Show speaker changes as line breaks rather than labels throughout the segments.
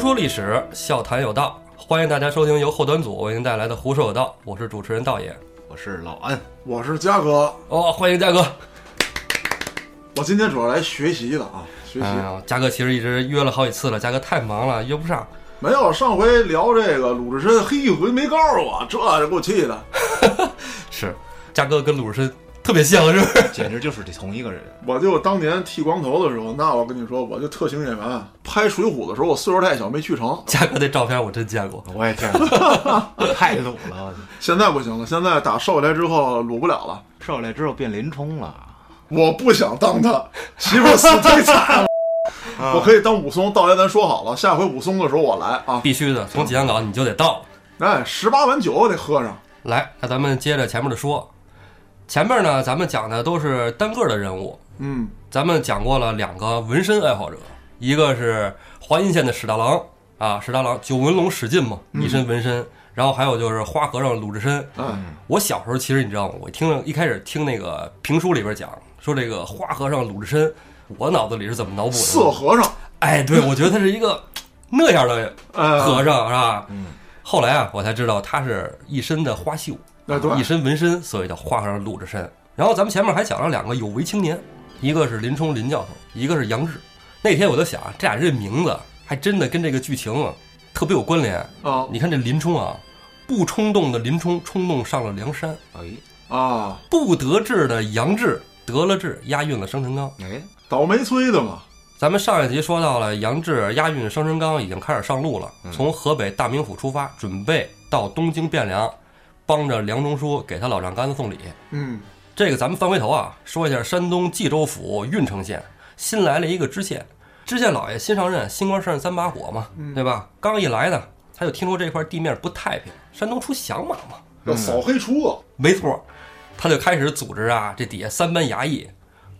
说历史，笑谈有道，欢迎大家收听由后端组为您带来的《胡说有道》，我是主持人道爷。
我是老 安，
我是嘉哥，
哦，欢迎嘉哥！
我今天主要来学习的啊，学习、
哎呀，嘉哥其实一直约了好几次了，嘉哥太忙了，约不上。
没有上回聊这个鲁智深，嘿，回没告诉我，这就给我气的。
是，嘉哥跟鲁智深特别像，是不是？
简直就是同一个人。
我就当年剃光头的时候，那我跟你说，我就特型演员。拍《水浒》的时候，我岁数太小，没去成。
嘉哥那照片我真见过，
我也天哪， 太鲁了！
现在不行了，现在打少爷来之后撸不了了。
瘦下来之后变林冲了，
我不想当他媳妇儿死太 惨了，
啊
我可以当武松。到来咱说好了，下回武松的时候我来啊。
必须的，从济南港你就得到。
哎，十八碗酒我得喝上。
来，那咱们接着前面的说。前面呢，咱们讲的都是单个的人物，
嗯，
咱们讲过了两个纹身爱好者，一个是华阴县的史大郎啊，史大郎九纹龙史进嘛，一身纹身。然后还有就是花和尚鲁智深。
哎，
我小时候其实你知道吗？我听了一开始听那个评书里边讲说这个花和尚鲁智深，我脑子里是怎么脑补的
色
呢？
和尚，
哎，对，我觉得他是一个那样的
哎，
和尚是吧？嗯。后来啊，我才知道他是一身的花绣，
哎对
一身纹身，所以叫花和尚鲁智深。然后咱们前面还讲了两个有为青年，一个是林冲林教头，一个是杨志。那天我就想，这俩人这名字还真的跟这个剧情啊特别有关联。
啊
你看这林冲啊，不冲动的林冲冲动上了梁山，
哎
啊，
不得志的杨志得了志，押运了生辰纲。
哎，
倒霉催的嘛。
咱们上一集说到了杨志押运生辰纲已经开始上路了，从河北大名府出发，准备到东京汴梁，帮着梁中书给他老丈杆子送礼。
嗯，
这个咱们翻回头啊，说一下山东济州府郓城县新来了一个知县，知县老爷新上任，新官上任三把火嘛，对吧？刚一来呢，他就听说这块地面不太平，山东出响马嘛，
要扫黑除恶。
没错，他就开始组织啊，这底下三班衙役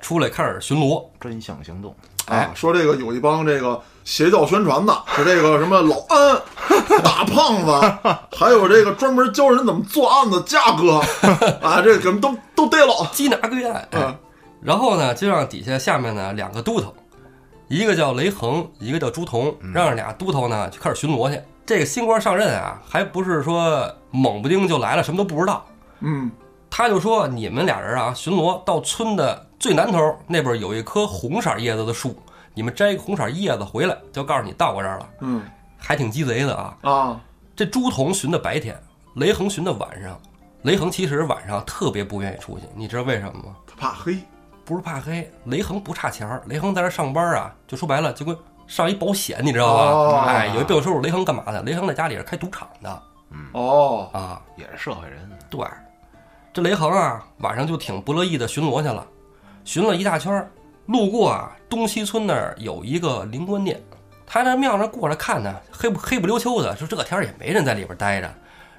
出来开始巡逻。
真相行动，
哎
啊，说这个有一帮这个邪教宣传的，是这个什么老安、大胖子，还有这个专门教人怎么作案的嘉哥，啊，这给我们都都逮了。
缉拿归案。
嗯
然后呢，就让底下下面呢两个都头，一个叫雷横，一个叫朱仝，让这俩都头呢就开始巡逻去。这个新官上任啊，还不是说猛不丁就来了，什么都不知道。
嗯，
他就说：“你们俩人啊，巡逻到村的最南头那边有一棵红色叶子的树，你们摘一个红色叶子回来，就告诉你到我这儿了。”
嗯，
还挺鸡贼的啊。
啊，
这朱仝巡的白天，雷横巡的晚上。雷横其实晚上特别不愿意出去，你知道为什么吗？
他怕黑，
不是怕黑，雷横不差钱儿，雷横在这上班啊，就说白了就跟上一保险，你知道吧？
哦
哎，有一别有收入，雷横干嘛的？雷横在家里是开赌场的
哦，
啊。
也是社会人，
对，这雷横啊，晚上就挺不乐意的巡逻去了，巡了一大圈儿，路过啊东西村那儿有一个灵官殿，他在庙那儿过来看呢，黑不黑不溜秋的，说这天儿也没人在里边待着，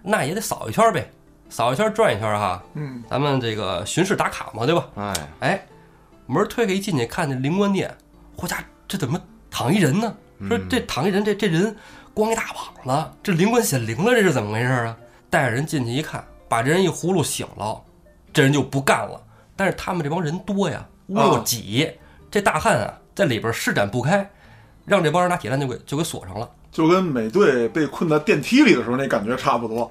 那也得扫一圈儿呗，扫一圈儿转一圈儿哈，
嗯，
咱们这个巡视打卡嘛，对吧？
哎，
哎，门推开一进去，看见灵官殿，嚯家这怎么躺一人呢？说这躺一人，这这人光一大膀子，这灵官显灵了，这是怎么回事啊？带着人进去一看，把这人一葫芦醒了，这人就不干了。但是他们这帮人多呀，屋又挤，这大汉啊在里边施展不开，让这帮人拿铁链就给就给锁上了。
就跟美队被困在电梯里的时候那感觉差不多。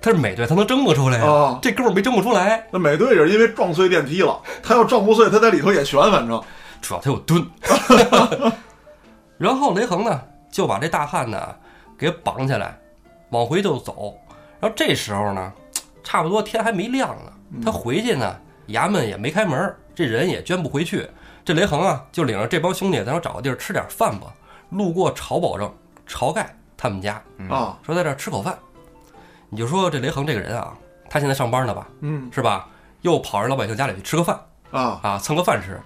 他是美队，他能挣不出来呀、
哦
这哥们儿没挣不出来，
那美队也是因为撞碎电梯了，他要撞不碎，他在里头也悬，反正
主要他有盾。 然后雷横呢就把这大汉呢给绑起来，往回就走。然后这时候呢，差不多天还没亮呢，他回去呢，衙门也没开门，这人也捐不回去。这雷横啊，就领着这帮兄弟，咱说找个地儿吃点饭吧。路过曹保正、晁盖他们家，
啊，
说在这儿吃口饭。你就说这雷横这个人啊，他现在上班呢吧，
嗯
是吧？又跑人老百姓家里去吃个饭，
啊，
啊，蹭个饭吃。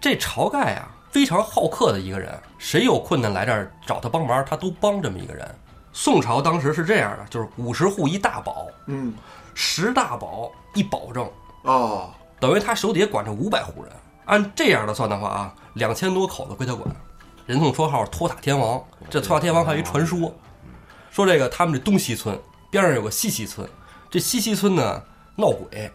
这晁盖啊，非常好客的一个人，谁有困难来这儿找他帮忙，他都帮这么一个人。宋朝当时是这样的，就是五十户一大保，
嗯
十大保一保证，
啊，
等于他手底下管着五百户人。按这样的算的话啊，两千多口子归他管。人送绰号“托塔天王”，这托塔天王还有一传说，说这个他们这东西村边上有个西西村，这西西村呢闹鬼，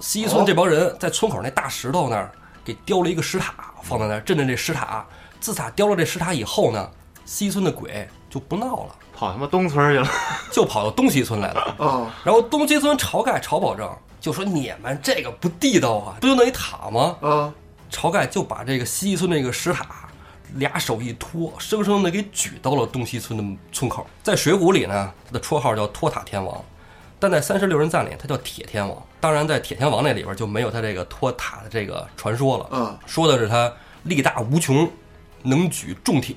西西村这帮人在村口那大石头那儿给雕了一个石塔，放在那儿镇着这石塔。自打雕了这石塔以后呢，西西村的鬼就不闹了，
跑他妈东村去了，
就跑到东西村来了。
啊，
然后东西村晁盖、晁保正就说：“你们这个不地道啊，不就弄一塔吗？”
啊，
晁盖就把这个西村那个石塔，俩手一托，生生的给举到了东西村的村口。在《水浒》里呢，他的绰号叫托塔天王，但在《三十六人赞》里，他叫铁天王。当然，在铁天王那里边就没有他这个托塔的这个传说了。
嗯，
说的是他力大无穷，能举重铁，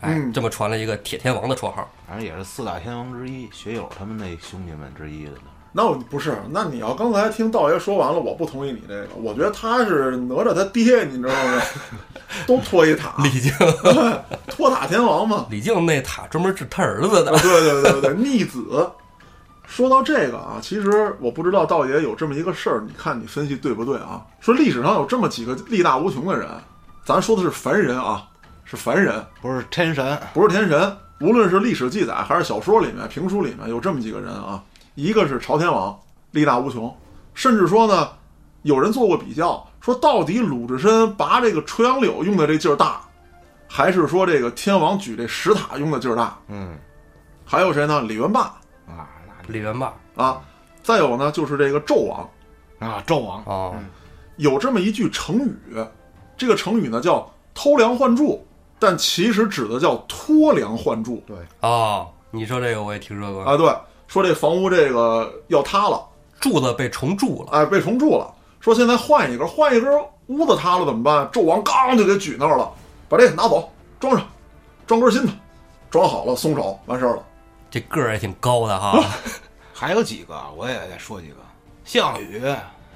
哎，
嗯
这么传了一个铁天王的绰号。
反正也是四大天王之一，学友他们那兄弟们之一的呢。
那我不是，那你要刚才听道爷说完了，我不同意你这个，我觉得他是哪吒他爹，你知道吗？都托一塔，
李靖，
托塔天王嘛。
李靖那塔专门治他儿子的
啊，。对对对对对，逆子。说到这个啊，其实我不知道道爷有这么一个事儿，你看你分析对不对啊？说历史上有这么几个力大无穷的人，咱说的是凡人啊，是凡人，
不是天神，
不是天神。无论是历史记载还是小说里面、评书里面，有这么几个人啊，一个是朝天王，力大无穷，甚至说呢，有人做过比较，说到底鲁智深拔这个垂杨柳用的这劲儿大，还是说这个天王举这石塔用的劲儿大？
嗯
还有谁呢？李元霸，
啊，那
李元霸
啊，再有呢，就是这个纣王
啊，纣王
哦，
有这么一句成语，这个成语呢叫“偷梁换柱”，但其实指的叫“脱梁换柱
哦，你说这个我也听说”过，
啊。对，说这房屋这个要塌了，
柱子被重铸了。
哎，被重筑了。说现在换一根，换一根屋子塌了怎么办？纣王刚就给举那儿了，把这个拿走，装上，装根新的，装好了松手，完事儿了。
这个儿也挺高的哈，
还有几个，我也得说几个，项羽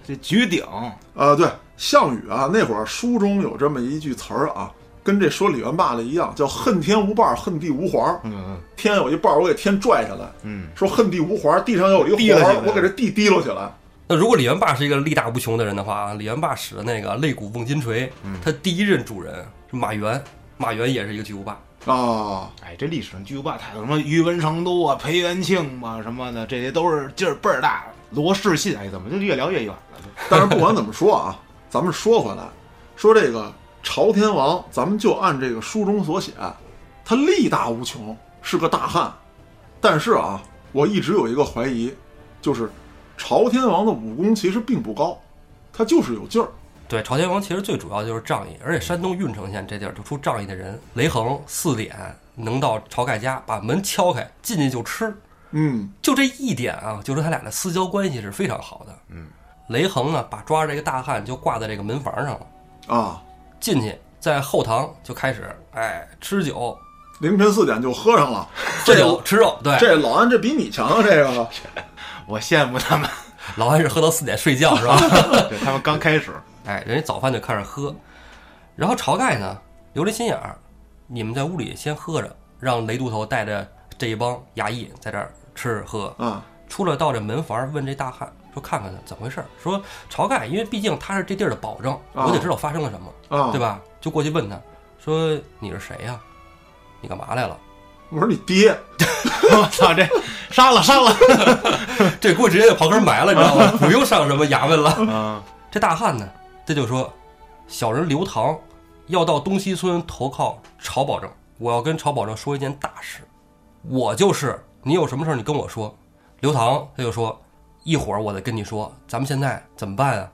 这举鼎，
啊，对，项羽啊，那会儿书中有这么一句词儿啊，跟这说李元霸的一样，叫“恨天无伴儿，恨地无环儿”。
嗯
天有一半儿，我给天拽下来，
嗯，
说恨地无环儿，地上有一
提
个
了
环
起
儿，
来
我给这地提溜起来。
那如果李元霸是一个力大无穷的人的话，李元霸使的那个肋骨瓮金锤，他第一任主人是马援，马援也是一个巨无霸。
啊，
哎，这历史上巨无霸太多，什么宇文成都啊、裴元庆啊什么的，这些都是劲儿倍儿大。罗士信，哎，怎么就越聊越远了？
但是不管怎么说啊，咱们说回来，说这个朝天王，咱们就按这个书中所写，他力大无穷，是个大汉。但是啊，我一直有一个怀疑，就是朝天王的武功其实并不高，他就是有劲儿。
对，朝天王其实最主要就是仗义，而且山东郓城县这地儿就出仗义的人。雷横四点能到晁盖家，把门敲开进去就吃，
嗯，
就这一点啊，就说他俩的私交关系是非常好的。嗯，雷横呢，把抓着这个大汉就挂在这个门房上了，
啊，
进去在后堂就开始哎吃酒，
凌晨四点就喝上了，
吃
这
酒吃肉，对，
这老安这比你强啊，这个
我羡慕他们，
老安是喝到四点睡觉是吧？
对他们刚开始，
哎，人家早饭就开始喝，然后晁盖呢留了心眼儿，你们在屋里先喝着，让雷都头带着这一帮衙役在这儿吃喝。
啊，
出来到这门房儿问这大汉说：“看看他怎么回事儿？”说晁盖，因为毕竟他是这地儿的保证，
啊
我得知道发生了什么，
啊
对吧？就过去问他说：“你是谁呀、你干嘛来了
我说你爹，
我操，这杀了杀了，？”
这估计直接就刨根埋了，你知 道吗？不用上什么衙门了。
嗯，
这大汉呢，这就说：“小人刘唐要到东西村投靠晁保正，我要跟晁保正说一件大事。我就是你有什么事儿你跟我说。”刘唐他就说：“一会儿我再跟你说，咱们现在怎么办啊？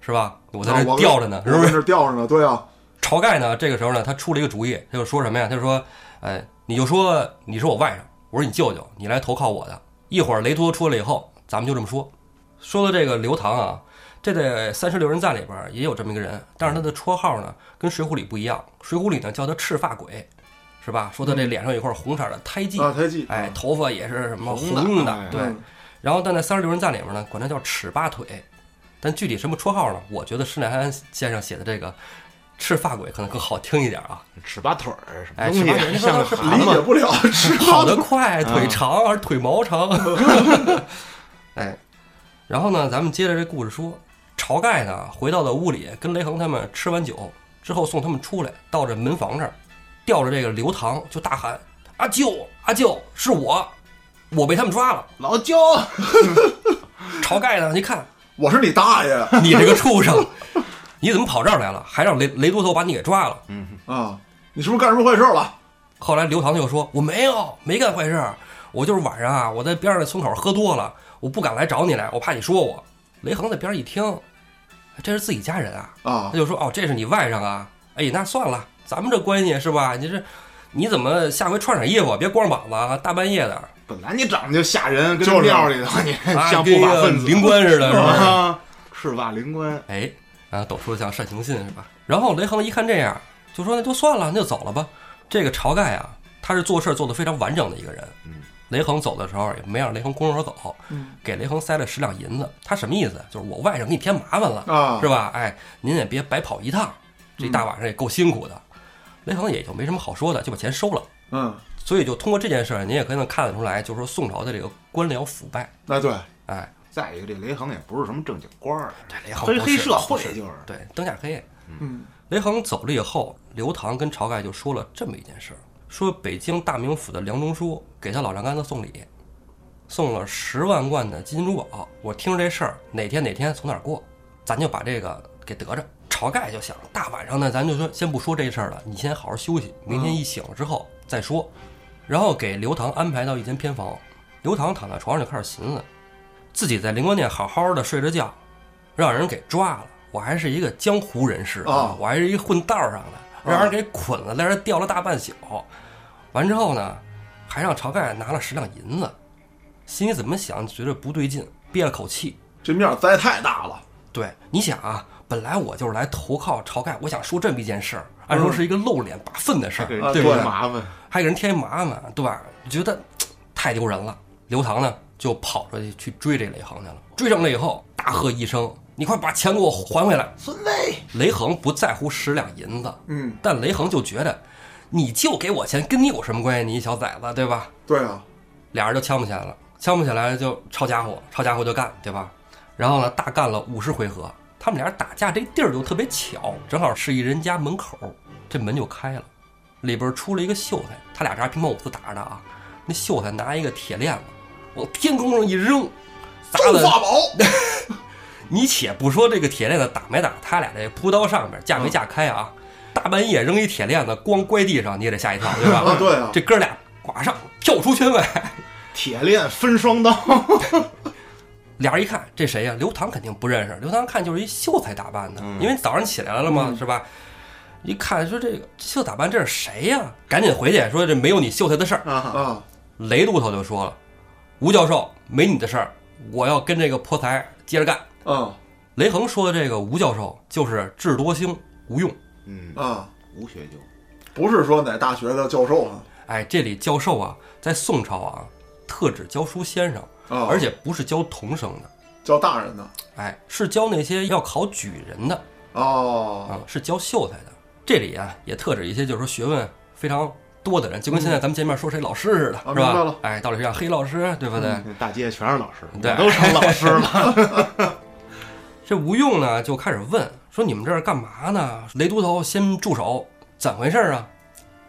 是吧？我在
啊
这
我
儿
跟
吊着呢，
我
是不
跟
是
这吊着呢，对啊，？”
晁盖呢，这个时候呢，他出了一个主意，他就说什么呀？他就说：“哎，你就说你是我外甥，我是你舅舅，你来投靠我的。一会儿雷托出来以后，咱们就这么说。”说到这个刘唐啊，这在《三十六人赞》里边也有这么一个人，但是他的绰号呢跟《水浒》里不一样，《水浒》里呢叫他赤发鬼，是吧？说他这脸上有一块红色的胎记，
啊，胎记，
哎，头发也是什么
红
红
的
的，
哎
对。
嗯
然后但在《三十六人赞》里面呢，管他叫尺八腿，但具体什么绰号呢？我觉得施耐庵先生写的这个赤发鬼可能更好听一点啊，
尺八腿儿什么
哎
东西，啊
尺八腿儿
像个
那
蛤
理解
蟆，
不了，吃
跑
好
得快，腿长还是腿毛 长？哎，然后呢，咱们接着这故事说，晁盖呢回到了屋里，跟雷横他们吃完酒之后，送他们出来，到这门房这儿，吊着这个刘唐就大喊：“阿舅，阿舅，是我，我被他们抓了
老焦，！”
晁盖呢一看，
我是你大爷啊
你这个畜生，你怎么跑这儿来了？还让雷雷都头把你给抓了？
啊，你是不是干什么坏事了？
后来刘唐就说：“我没有，没干坏事儿，我就是晚上啊，我在边上那村口喝多了，我不敢来找你来，我怕你说我。”雷横在边上一听，这是自己家人啊，
啊
他，就说：“哦，这是你外甥啊，哎，那算了，咱们这关系是吧？你这你怎么下回穿上衣服，别光膀子啊，大半夜 的，
本来你长得就吓人，
就
跟
是
庙里头你
啊，
像
跟
不
一
法
个
分子
灵官 似的，是吧？”
啊，赤发灵官，
哎，啊，抖出了像单行信是吧？然后雷横一看这样，就说那就算了，那就走了吧。这个晁盖啊，他是做事儿做得非常完整的一个人。
嗯，
雷横走的时候也没让雷横空手走，
嗯
给雷横塞了十两银子。他什么意思？就是我外甥给你添麻烦了，
啊
是吧？哎，您也别白跑一趟，
嗯
这大晚上也够辛苦的。雷横也就没什么好说的，就把钱收了。
嗯，
所以就通过这件事儿，您也可以能看得出来，就是说宋朝的这个官僚腐败。
那对，
哎，
再一个这雷横也不是什么正经官儿，
对，雷横
黑
不
黑
是
社
不
会
是
就是，
对灯下黑。
嗯
雷横走了以后，刘唐跟晁盖就说了这么一件事儿，说北京大名府的梁中书给他老丈杆子送礼，送了十万贯的金银珠宝。我听着这事儿，哪天哪天从哪儿过，咱就把这个给得着。晁盖就想，大晚上的，咱就说先不说这事儿了，你先好好休息，明天一醒了之后再说。然后给刘唐安排到一间偏房，刘唐躺在床上就开始寻思，自己在灵官殿好好的睡着觉，让人给抓了，我还是一个江湖人士
啊
我还是一混道上的，让人给捆了，在这吊了大半宿。完之后呢，还让晁盖拿了十两银子，心里怎么想觉得不对劲，憋了口气。
这面儿栽太大了，
对，你想啊，本来我就是来投靠晁盖，我想说这么一件事儿，按说是一个露脸拔粪的事儿，
给
啊
人
对
添
不
对
对？
麻烦，
还给人添麻烦，对吧？觉得嘖太丢人了。刘唐呢，就跑出去去追这雷横去了。追上来以后，大喝一声：“你快把钱给我还回来
孙子！”
雷横不在乎十两银子，
嗯，
但雷横就觉得，你就给我钱，跟你有什么关系？你一小崽子，对吧？
对啊，
俩人就呛不起来了，呛不起来就抄家伙，抄家伙就干，对吧？然后呢，大干了五十回合。他们俩人打架这地儿就特别巧，正好是一人家门口，这门就开了，里边出了一个秀才，他俩这还乒乓五四打着呢啊。那秀才拿一个铁链子往天空上一扔，砸
周
的
法宝，
你且不说这个铁链子打没打，他俩这扑刀上面架没架开啊？大半夜扔一铁链子，咣摔地上，你也得吓一跳，对吧
啊？对啊
这哥俩马上跳出圈外，
铁链分双刀，
俩人一看，这谁呀、刘唐肯定不认识。刘唐看就是一秀才打扮的，因为早上起来了嘛，是吧？一看说这个秀打扮这是谁呀、赶紧回去说这没有你秀才的事儿。
啊，
啊，
雷都头就说了：“吴教授，没你的事儿，我要跟这个破财接着干。
啊”
雷横说的这个吴教授就是智多星吴用。
嗯，
啊，
吴学究，
不是说哪大学的教授啊，
哎，这里教授啊，在宋朝啊，特指教书先生，
啊，
而且不是教童生的，
教大人的，
哎，是教那些要考举人的
哦，
啊，是教秀才的。这里啊，也特指一些就是说学问非常多的人，就跟现在咱们见面说谁老师似的，是
嗯啊明白
吧
了？嗯
哎，道理上黑老师，对不对？
那嗯大街全是老师，
对
我都成老师 了，
这吴用呢就开始问说：“你们这儿干嘛呢？”雷都头先住手，怎么回事啊？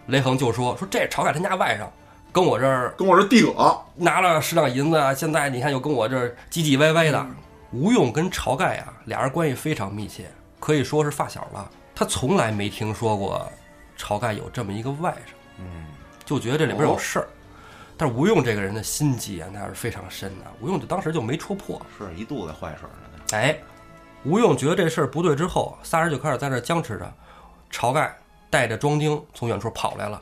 雷横就说：“说这晁盖他家外甥跟我这儿
跟我是地葛，
拿了十两银子，啊现在你看又跟我这儿唧唧歪歪的。吴用跟晁盖啊，俩人关系非常密切，可以说是发小了。他从来没听说过晁盖有这么一个外甥，
嗯，
就觉得这里边有事儿。但是吴用这个人的心机啊，那是非常深的。吴用就当时就没戳破，
是一肚子坏事儿呢，
哎，吴用觉得这事儿不对之后，仨人就开始在这儿僵持着。晁盖带着庄丁从远处跑来了，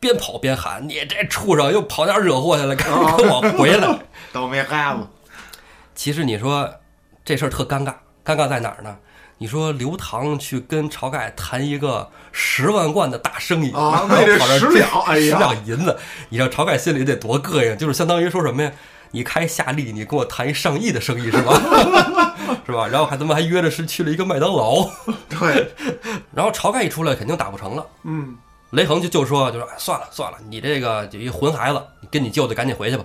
边跑边喊：“你这畜生又跑哪儿惹祸去了？赶紧跟我回来！”
倒霉孩子，
其实你说这事儿特尴尬，尴尬在哪儿呢？你说刘唐去跟晁盖谈一个十万贯的大生意
啊
然后
那得
跑这儿
十
追
两哎呀
十两银子，你让晁盖心里得多膈应，就是相当于说什么呀？你开夏利，你跟我谈一上亿的生意是吧？ 是吧？然后还他妈还约着是去了一个麦当劳，
对，
然后晁盖一出来肯定打不成了。
嗯，
雷横就就说就说哎算了算了，你这个就一混孩子，你跟你舅舅赶紧回去 吧。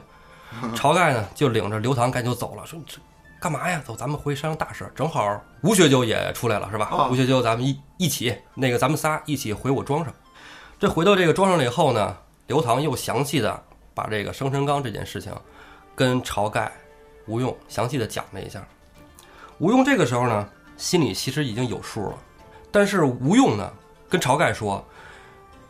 晁盖呢就领着刘唐赶紧就走了，说你这干嘛呀？走，咱们回商量大事。正好吴学究也出来了，是吧？
啊
吴学究，咱们一一起，那个咱们仨一起回我庄上。这回到这个庄上了以后呢，刘唐又详细的把这个生辰纲这件事情跟晁盖、吴用详细的讲了一下。吴用这个时候呢，心里其实已经有数了，但是吴用呢跟晁盖说：“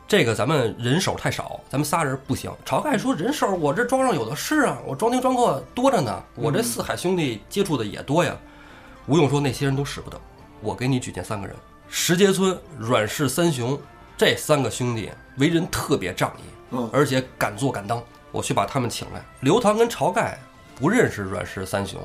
这个咱们人手太少，咱们仨人不行。晁盖说人手我这庄上有的是啊，我装丁装客多着呢，我这四海兄弟接触的也多呀。吴用说那些人都使不得，我给你举荐三个人：石碣村、阮氏三雄，这三个兄弟为人特别仗义，
嗯
而且敢做敢当。我去把他们请来。刘唐跟晁盖不认识阮氏三雄，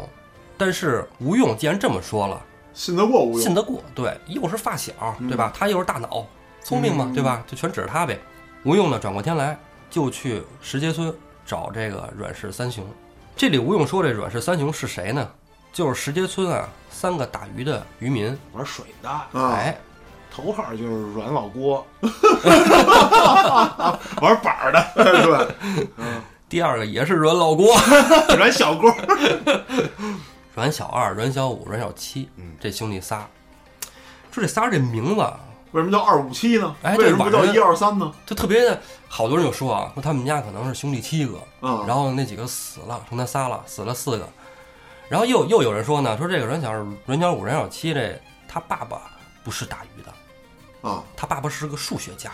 但是吴用既然这么说了，
信得过吴
信
用，
得过，对，又是发小，对吧？他又是大脑，聪明嘛，对吧？就全指着他呗。吴用呢，转过天来就去石碣村找这个阮氏三雄。这里吴用说这阮氏三雄是谁呢？就是石碣村啊，三个打鱼的渔民。
玩水的，
啊，
哎，
头号就是阮老郭， 玩板儿的
对，
第二个也是阮老郭，
阮小郭，
阮小二、阮小五、阮小七
嗯，
这兄弟仨。说这仨这名字啊
为什么叫二五七呢？
哎
为
对
什么不叫
晚上
一二三呢？
就特别的，好多人就说啊，说他们家可能是兄弟七个，
啊，
然后那几个死了，成他仨了，死了四个。然后又又有人说呢，说这个阮小二阮小五、阮小七这他爸爸不是打鱼的，
啊，
他爸爸是个数学家，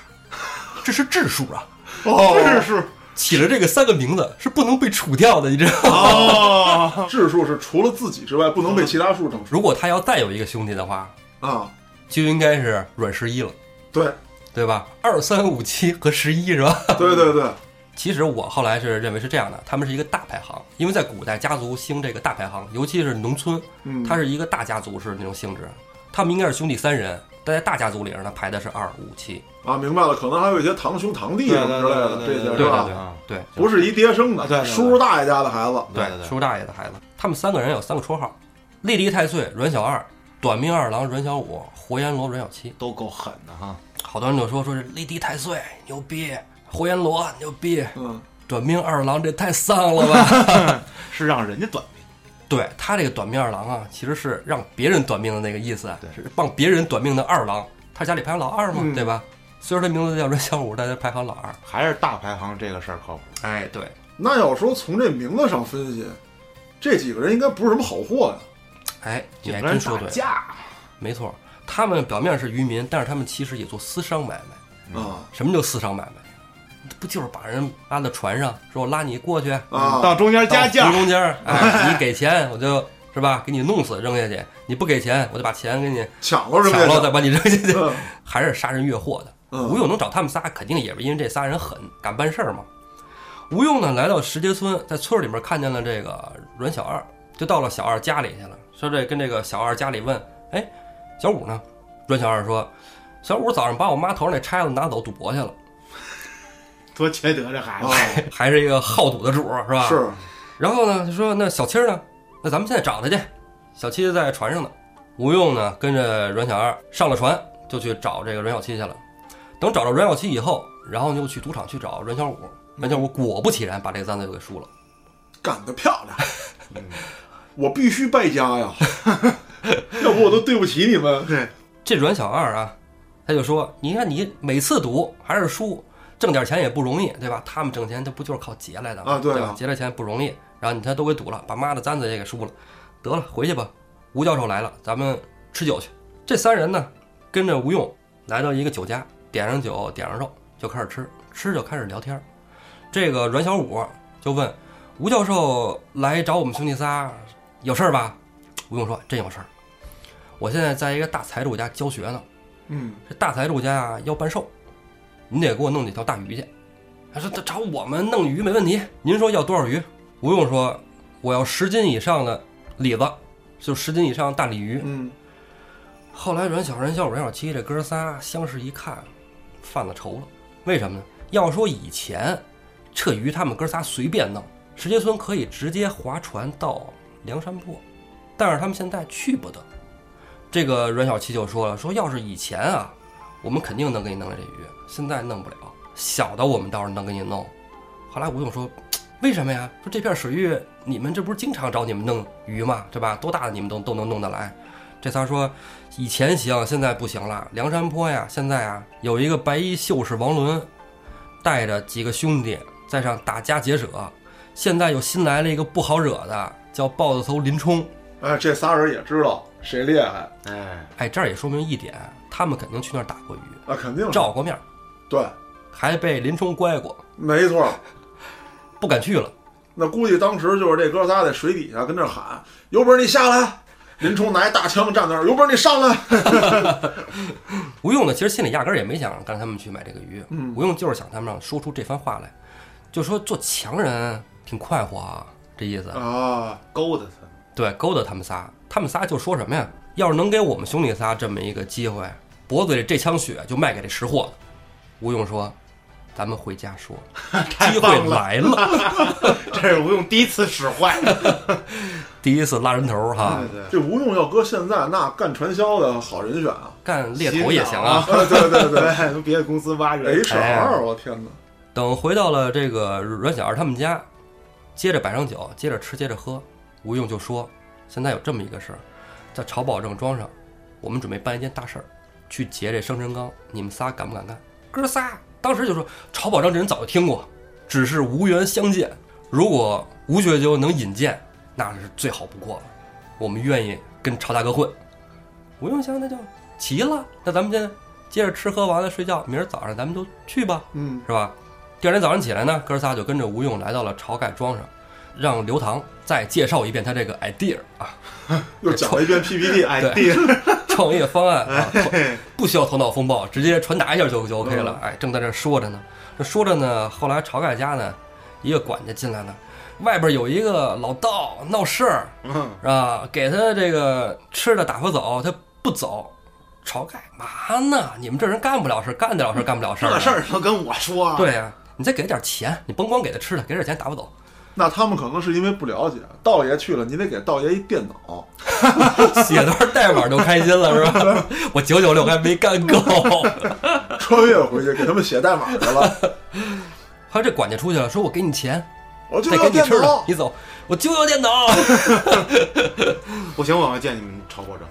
这是质数啊。
真
哦，
是
起了这个三个名字是不能被除掉的，你知道吗？
哦，
质数是除了自己之外不能被其他数整
如果他要再有一个兄弟的话，
啊，
就应该是阮十一了，
对，
对吧？二三五七和十一是吧？
对对对，
其实我后来是认为是这样的，他们是一个大排行，因为在古代家族兴这个大排行，尤其是农村，
嗯，
它是一个大家族式那种性质，他们应该是兄弟三人，但在大家族里呢排的是二五七，
啊，明白了，可能还有一些堂兄堂弟
对
什
对
么之类
对
的
对
这
对
些
对
是
对
吧？
啊
对
不是一爹生的，
对对对
叔叔大爷家的孩子，
对对
叔叔大爷的孩子，他们三个人有三个绰号：历历太岁阮小二、短命二郎阮小五、活阎罗阮小七。
都够狠的哈，
好多人就说说这历历太岁牛逼，活阎罗牛逼，
嗯，
短命二郎这太丧了吧？
是让人家短命，
对他这个短命二郎啊，其实是让别人短命的那个意思，啊
对
是帮别人短命的二郎，他家里排行老二嘛，
嗯
对吧？虽然他名字叫阮小五，但他排行老二。
还是大排行这个事儿靠谱。
哎，对，
那要说从这名字上分析，这几个人应该不是什么好货呀。
哎，你还
有人
真说
打
对，
架，
没错，他们表面是渔民，但是他们其实也做私商买卖。
嗯
啊
什么叫私商买卖？不就是把人拉到船上，说我拉你过去，
啊，
到中间加价
到湖，中间儿，哎，你给钱我就是吧，给你弄死扔下去；你不给钱，我就把钱给你
抢了是
抢了，
吧？
再把你扔下去。
嗯
还是杀人越货的。
嗯
吴用能找他们仨，肯定也是因为这仨人狠，敢办事儿嘛。吴用呢，来到石碣村，在村里面看见了这个阮小二，就到了小二家里去了，说这跟这个小二家里问，哎，小五呢？阮小二说，小五早上把我妈头上那钗子拿走赌博去了，
多缺德这孩
啊
子，，
还是一个好赌的主儿，是吧？。
是
然后呢，就说那小七儿呢？那咱们现在找他去。小七在船上呢。吴用呢，跟着阮小二上了船，就去找这个阮小七去了。等找到阮小七以后，然后就去赌场去找阮小五。阮小五果不其然把这三子就给输了。
干得漂亮，
嗯
我必须败家 呀，要不我都对不起你们。
哦对，
这阮小二啊，他就说：“你看你每次赌还是输，挣点钱也不容易，对吧？他们挣钱，这不就是靠劫来的吗
啊对啊
吧？劫来钱不容易，然后你他都给赌了，把妈的簪子也给输了，得了，回去吧。吴教授来了，咱们吃酒去。这三人呢，跟着吴用来到一个酒家，点上酒，点上肉，就开始吃，吃就开始聊天儿。这个阮小五啊就问吴教授来找我们兄弟仨有事儿吧？吴用说真有事儿，我现在在一个大财主家教学呢。
嗯，
这大财主家啊要办寿，您得给我弄几条大鱼去。他说他找我们弄鱼没问题，您说要多少鱼？吴用说我要十斤以上的李子，就十斤以上大鲤鱼。
嗯，
后来阮小、阮小五、阮小七这哥仨相视一看，犯了愁了。为什么呢？要说以前，这鱼他们哥仨随便弄，石碣村可以直接划船到梁山泊，但是他们现在去不得。这个阮小七就说了，说要是以前啊，我们肯定能给你弄来这鱼，现在弄不了。小的我们倒是能给你弄。后来吴用说，为什么呀？说这片水域，你们这不是经常找你们弄鱼吗？对吧？多大的你们都都能弄得来。这仨说，以前行，现在不行了。梁山坡呀，现在啊有一个白衣秀士王伦，带着几个兄弟在上打家劫舍。现在又新来了一个不好惹的，叫豹子头林冲。
哎，这仨人也知道谁厉害，
哎，
哎，这儿也说明一点，他们肯定去那儿打过鱼，
啊那肯定是
照过面儿。
对，
还被林冲乖过，
没错，
不敢去了。
那估计当时就是这哥仨在水底下跟那儿喊：“有本事你下来！”林冲拿一大枪站那儿，有本事你上来！
吴用呢，其实心里压根儿也没想让他们去买这个鱼，
嗯
吴用就是想他们让说出这番话来，就说做强人挺快活啊，这意
嗯
思。
啊，
勾搭他。
对，勾搭他们仨，他们仨就说什么呀？要是能给我们兄弟仨这么一个机会，脖子里这枪血就卖给这识货的。吴用说：“咱们回家说， 机会
棒了
来了，
这是吴用第一次使坏。
第一次拉人头 哈，
啊对对，
这吴用要搁现在，那干传销的好人选啊！
干猎头也行啊。”
啊，对对 对
对， 哎从别的公司挖人。
哎
，HR，我天哪！
等回到了这个阮小二他们家，接着摆上酒，接着吃，接着喝。吴用就说：“现在有这么一个事儿，在朝保正庄上，我们准备办一件大事儿，去劫这生辰纲。你们仨敢不敢干？”哥仨当时就说：“朝保正这人早就听过，只是无缘相见。如果吴学究能引荐，那是最好不过了。我们愿意跟朝大哥混。”吴用想，那就齐了。那咱们先接着吃喝完了睡觉，明儿早上咱们就去吧。
嗯，
是吧？第二天早上起来呢，哥仨就跟着吴用来到了晁盖庄上，让刘唐再介绍一遍他这个 idea 啊，
又讲了一遍 PPT，哎，
ID
创业方案啊，头不需要头脑风暴，直接传达一下就就 OK 了
嗯。
哎，正在这说着呢，这说着呢，后来晁盖家呢，一个管家进来了，外边有一个老道闹事儿，
嗯，
啊，给他这个吃的打发走，他不走。晁盖嘛呢？你们这人干不了事儿，干得了事儿干不了事儿呢。啊
这事儿都跟我说。，啊
对呀、你再给他点钱，你甭光给他吃的，给点钱打发走。
那他们可能是因为不了解，道爷去了，你得给道爷一电脑，
写段代码就开心了是吧？ 我九九六还没干够。
穿越回去给他们写代码去了。
后来这管家出去了，说我给你钱，
我就
再
要
给你
电
吃的
脑，，
你走，我就要电脑。
不行，我要见你们朝保正。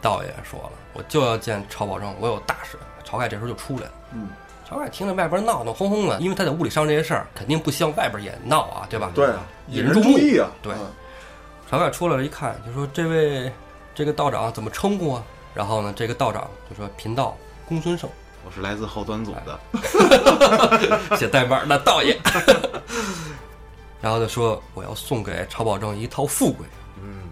道爷说了，我就要见晁保正，我有大事。晁盖这时候就出来了。
嗯，
晁盖听着外边闹闹哄哄的，因为他在屋里商量这些事儿，肯定不希望外边也闹啊，对吧？
对啊，
引
引
人
人
注目
注意啊！
对
嗯
晁盖出来了，一看就说：“这位这个道长怎么称呼啊？”然后呢，这个道长就说：“贫道公孙胜。”
我是来自后端组的。
写代码那道爷。然后就说我要送给晁保正一套富贵。
嗯，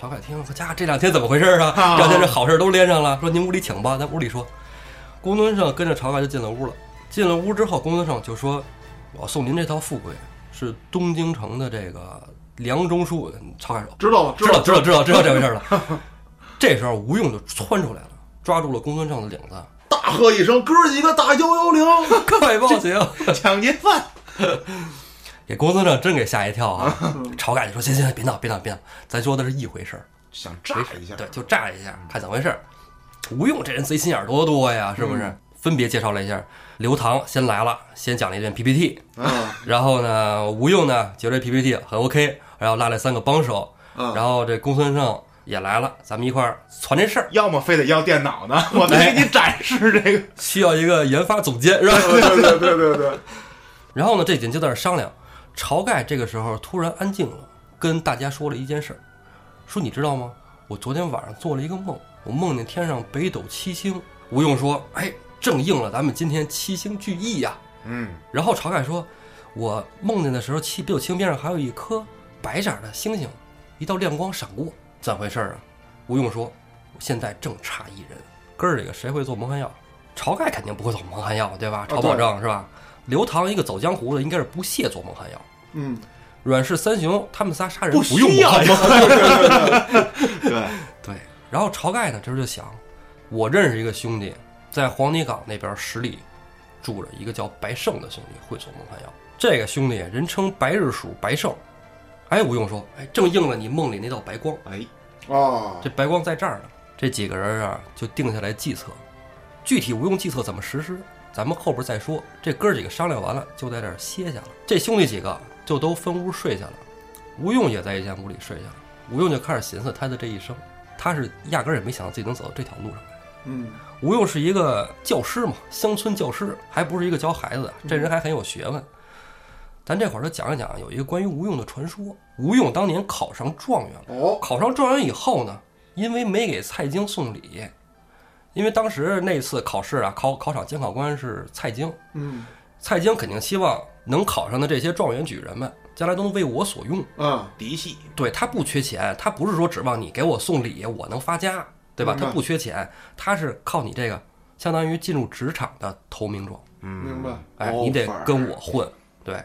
晁盖听，我家这两天怎么回事啊？
啊
这两天这好事都连上了。说您屋里请吧，咱屋里说。公孙胜跟着晁盖就进了屋了。进了屋之后，公孙胜就说：“我送您这套富贵，是东京城的这个梁中书。”晁盖说：“
知道吗？
知道，知道，知道，知道这回事了。” 这时候吴用就窜出来了，抓住了公孙胜的领子，
大喝一声：“哥几个打幺幺零
快报警！
抢劫犯。
给公孙胜真给吓一跳啊！晁盖就说：“行行，行别闹，别闹，别闹，咱说的是一回事儿，
想
没
炸
事
一下，
哎对，就炸一下，看怎么回事儿。”吴用这人贼心眼儿多多呀，是不是？分别介绍了一下，刘唐先来了，先讲了一遍 PPT，
啊
然后呢，吴用呢觉得 PPT 很 OK，然后拉来三个帮手，
啊！
然后这公孙胜也来了，咱们一块儿传这事儿，
要么非得要电脑呢，我
哎
再给你展示这个。
需要一个研发总监是吧？
对对对对对，
然后呢，这几人就在那儿商量。晁盖这个时候突然安静了，跟大家说了一件事儿，说你知道吗？我昨天晚上做了一个梦，我梦见天上北斗七星。吴用说：“哎，正应了咱们今天七星聚义呀、
嗯，
然后晁盖说：“我梦见的时候，七北斗七星边上还有一颗白色的星星，一道亮光闪过，怎么回事儿啊？”吴用说：“我现在正差一人，哥儿几个谁会做蒙汗药？晁盖肯定不会做蒙汗药，对
哦
吧？晁保正是吧？刘唐一个走江湖的，应该是不屑做蒙汗药。
嗯，
阮氏三雄他们仨杀人
不
不用
需
蒙
要
汗药。
对，
对，然后晁盖呢，这时候就想，我认识一个兄弟，在黄泥岗那边十里住着一个叫白胜的兄弟，会做蒙汗药。这个兄弟人称白日鼠白胜。哎，吴用说，哎，正应了你梦里那道白光，
哎，
啊
这，白光在这儿呢。这几个人啊，就定下来计策。具体吴用计策怎么实施，咱们后边再说。这哥几个商量完了，就在这儿歇下了。这兄弟几个就都分屋睡下了。吴用也在一间屋里睡下了。吴用就开始寻思他的这一生，他是压根儿也没想到自己能走到这条路上来。
嗯，
吴用是一个教师嘛，乡村教师，还不是一个教孩子的，这人还很有学问。咱这会儿就讲一讲有一个关于吴用的传说。吴用当年考上状元了。
哦，
考上状元以后呢，因为没给蔡京送礼，因为当时那次考试啊，考考场监考官是蔡京，
嗯，
蔡京肯定希望能考上的这些状元举人们，将来都能为我所用。
啊，
嫡系，
对他不缺钱，他不是说指望你给我送礼，我能发家，对吧？
明白
他不缺钱，他是靠你这个，相当于进入职场的投名状。
明白。
哎，
哦
你得
反而
跟我混，对。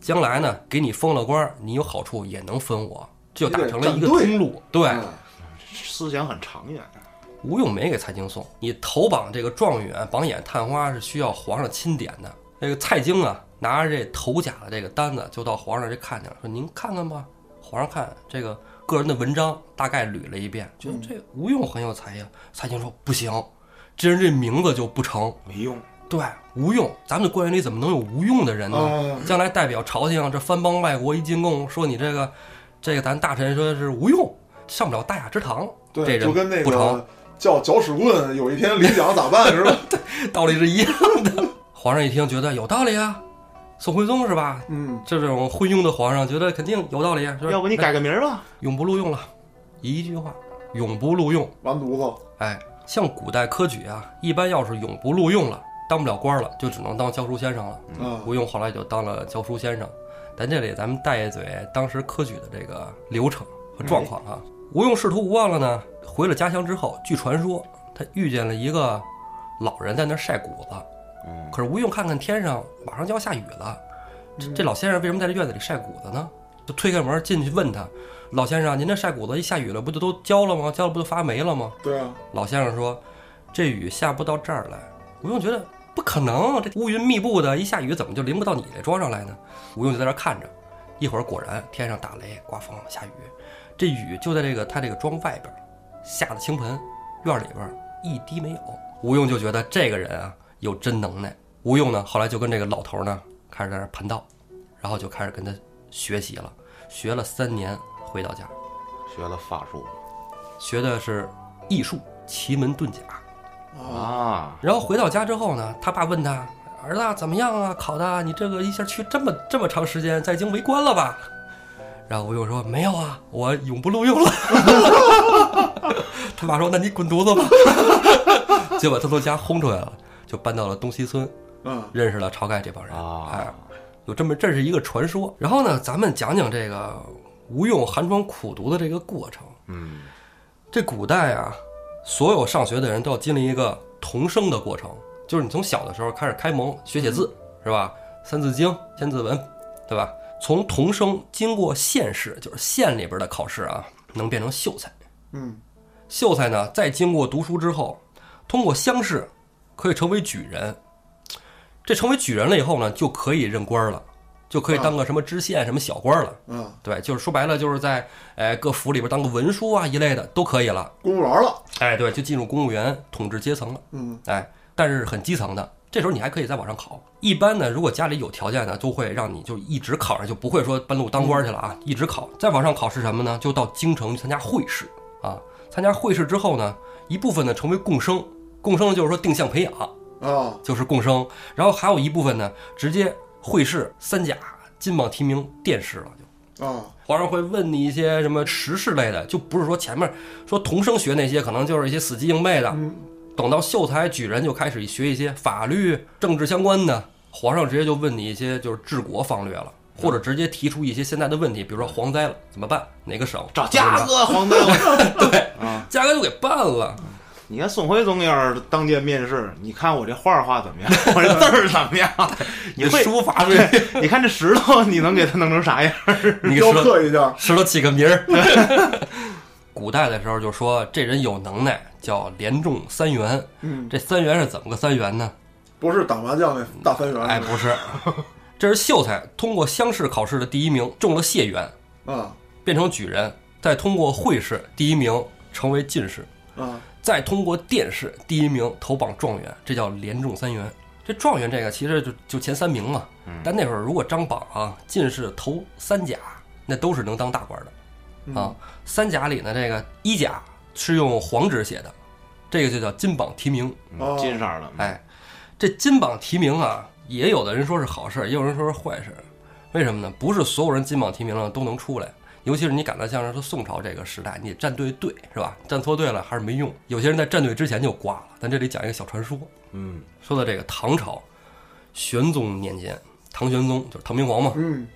将来呢，给你封了官儿，你有好处也能分我，就打成了一个
你得站队
通路。对，
嗯
思想很长远。啊
吴咏梅给蔡京送，你投榜这个状元、榜眼、探花是需要皇上钦点的。这个蔡京啊，拿着这头甲的这个单子，就到皇上这看去了，说您看看吧。皇上看这个个人的文章，大概捋了一遍，觉
嗯
得这吴用很有才呀。蔡京说不行，这人这名字就不成。
没用，
对，吴用，咱们官员里怎么能有吴用的人呢？
啊
将来代表朝廷这藩邦外国一进贡，说你这个，这个咱大臣说是无用，上不了大雅之堂。这
对，
人
就跟那
不成
个叫搅屎棍，有一天领奖咋办似的。
道理是一样的。皇上一听觉得有道理啊，宋徽宗是吧？
嗯，
这种昏庸的皇上觉得肯定有道理啊，说
要不你改个名儿吧？
永不录用了，一句话，永不录用。
完犊子，
哎，像古代科举啊，一般要是永不录用了，当不了官了，就只能当教书先生了。
啊，
吴用后来就当了教书先生。咱这里咱们带一嘴当时科举的这个流程和状况啊。吴用仕途无望了呢，回了家乡之后，据传说他遇见了一个老人在那儿晒谷子。
嗯，
可是吴用看看天上马上就要下雨了，这这老先生为什么在这院子里晒谷子呢？就推开门进去问他：“老先生，您这晒谷子一下雨了，不就都焦了吗？焦了不就发霉了吗
对啊，？”
老先生说：“这雨下不到这儿来。”吴用觉得不可能，啊这乌云密布的，一下雨怎么就淋不到你这桌上来呢？吴用就在那儿看着，一会儿果然天上打雷、刮风、下雨，这雨就在这个他这个庄外边儿下的倾盆，院儿里边儿一滴没有。吴用就觉得这个人啊有真能耐。吴用呢，后来就跟这个老头儿呢开始在那儿盘道，然后就开始跟他学习了，学了三年，回到家
学了法术
学的是艺术奇门遁甲。
啊，
啊，
然后回到家之后呢，他爸问他儿子怎么样啊，考的你这个一下去这么这么长时间，在京为官了吧？然后吴用说没有啊，我永不录用了。 他爸说那你滚犊子吧， 就把他从家轰出来了，就搬到了东西村，
嗯，
认识了晁盖这帮人
啊
哎，有这么这是一个传说。然后呢，咱们讲讲这个吴用寒窗苦读的这个过程。
嗯，
这古代啊，所有上学的人都要经历一个童生的过程，就是你从小的时候开始开蒙学写字，是吧？《三字经》《千字文》，对吧？从童生经过县试，就是县里边的考试啊，能变成秀才。
嗯，
秀才呢，再经过读书之后，通过乡试，可以成为举人。这成为举人了以后呢，就可以任官了，就可以当个什么知县、什么小官了。
啊，
对，就是说白了，就是在哎各府里边当个文书啊一类的都可以了。
公务员了，
哎，对，就进入公务员统治阶层了。
嗯，
哎，但是很基层的，这时候你还可以再往上考。一般呢，如果家里有条件呢，就会让你就一直考上，就不会说半路当官去了啊，一直考。再往上考是什么呢？就到京城去参加会试啊。参加会试之后呢，一部分呢成为贡生，贡生就是说定向培养，
啊，
就是贡生。然后还有一部分呢，直接会试三甲、金榜题名、殿试了就。
啊，
皇上会问你一些什么时事类的，就不是说前面说童生学那些，可能就是一些死记硬背的。
嗯
等到秀才举人就开始学一些法律、政治相关的，皇上直接就问你一些就是治国方略了，
嗯
或者直接提出一些现在的问题，比如说蝗灾了怎么办，哪个省
找架子，皇帝。
价格就给办了。
你看宋徽宗要是当届面试，你看我这画画怎么样？我这字儿怎 么样？你
这
会
书法水平，
对，你看这石头，你能给它弄成啥样？
你给
雕
说
刻一下，
石头起个名儿。 古代的时候就说这人有能耐，叫连中三元。
嗯，
这三元是怎么个三元呢？
不是打麻将那大三元，
哎，不是， 这是秀才通过乡试考试的第一名，中了解元，
啊
变成举人；再通过会试第一名，成为进士；
啊，
再通过殿试第一名，投榜状元，这叫连中三元。这状元这个其实就就前三名嘛，但那会儿如果张榜啊，进士投三甲，那都是能当大官的啊。三甲里呢，这个一甲是用黄纸写的，这个就叫金榜题名。
哦
金色儿的，
哎，这金榜题名啊，也有的人说是好事，也有人说是坏事。为什么呢？不是所有人金榜题名啊了都能出来，尤其是你赶到像是说宋朝这个时代，你站对队是吧？站错队了还是没用。有些人在站队之前就挂了。咱这里讲一个小传说，
嗯，
说到这个唐朝，玄宗年间，唐玄宗就是唐明皇嘛，
嗯，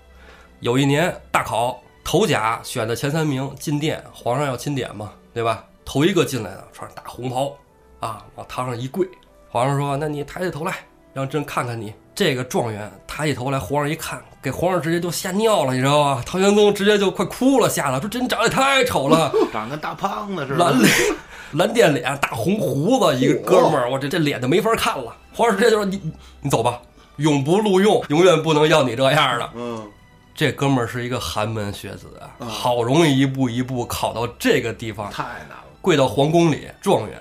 有一年大考头甲选的前三名进殿，皇上要钦点嘛，对吧？头一个进来的穿着大红袍啊，往堂上一跪，皇上说：“那你抬起头来，让朕看看你。”这个状元抬起头来，皇上一看，给皇上直接就吓尿了，你知道吗？唐玄宗直接就快哭了，吓得说：“这人长得太丑了，
长跟大胖子似的
嗯蓝。脸、 蓝靛脸、大红胡子，一个哥们儿，我这这脸就没法看了。”皇上直接就说：“你你你走吧，永不录用，永远不能要你这样的。”
嗯，
这哥们儿是一个寒门学子啊，好容易一步一步考到这个地方，
太难了。
跪到皇宫里，状元，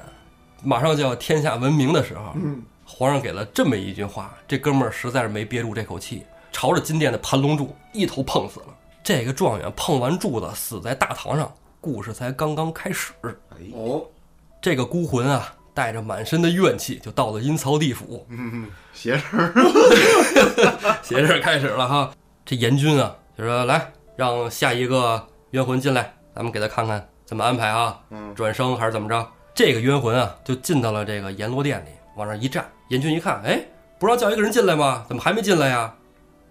马上就要天下闻名的时候，
嗯
皇上给了这么一句话，这哥们儿实在是没憋住这口气，朝着金殿的盘龙柱一头碰死了。这个状元碰完柱子，死在大堂上，故事才刚刚开始。
哎，
哦，
这个孤魂啊，带着满身的怨气，就到了阴曹地府。
嗯，邪事儿
邪事儿开始了哈。这阎君啊，就说来让下一个冤魂进来，咱们给他看看怎么安排啊，
嗯
转生还是怎么着？这个冤魂啊，就进到了这个阎罗殿里，往那儿一站。阎君一看，哎，不让叫一个人进来吗？怎么还没进来呀？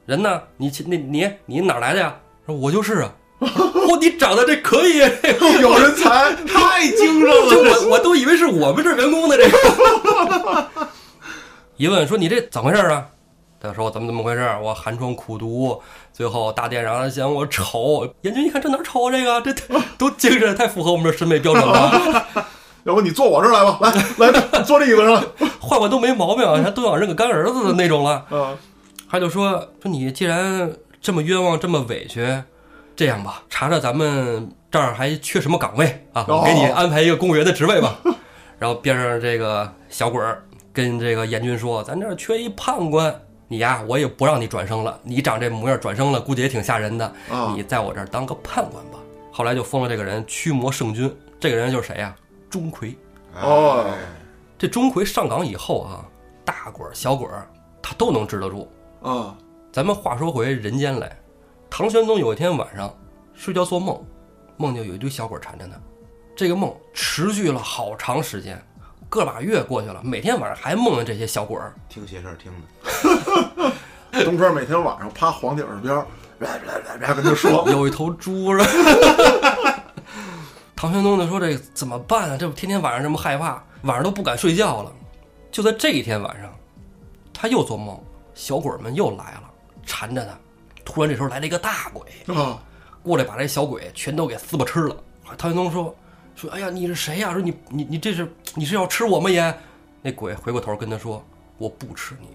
人呢？你去那你你哪儿来的呀？说我就是啊。 哦，你长得这可以，
有人才，
太精神了。
就我我都以为是我们这儿员工的这个。一问说你这怎么回事儿啊？他说我怎么怎么回事儿？啊我寒窗苦读，最后大殿上嫌我丑。阎君一看这哪儿丑啊？这个这太都精神太符合我们这审美标准了，
要不你坐我这儿来吧，来来坐这椅子上来。
换换都没毛病，啊还都想认个干儿子的那种了。
啊，
他就说说你既然这么冤枉，这么委屈，这样吧，查查咱们这儿还缺什么岗位啊，
哦
我给你安排一个公务员的职位吧。 然后边上这个小鬼儿跟这个阎君说，咱这儿缺一判官。你呀，我也不让你转生了。你长这模样，转生了估计也挺吓人的。
啊
你在我这儿当个判官吧。后来就封了这个人驱魔圣君。这个人就是谁呀、钟馗。
哦
这钟馗上岗以后啊，大鬼儿、小鬼儿他都能治得住。
啊，
咱们话说回人间来，唐玄宗有一天晚上睡觉做梦，梦见有一堆小鬼缠着他，这个梦持续了好长时间，个把月过去了，每天晚上还梦见这些小鬼儿。
听邪事儿听的，
东哥每天晚上趴皇帝耳边儿，来来来来跟他说，
有一头猪是吧？ 唐玄宗就说：“这怎么办啊？这不天天晚上这么害怕，晚上都不敢睡觉了。”就在这一天晚上，他又做梦，小鬼儿们又来了，缠着他。突然这时候来了一个大鬼，
啊，
过来把这小鬼全都给撕吧吃了。啊唐玄宗说：“说哎呀，你是谁呀、说你你你这是你是要吃我吗？也？”那鬼回过头跟他说：“我不吃你，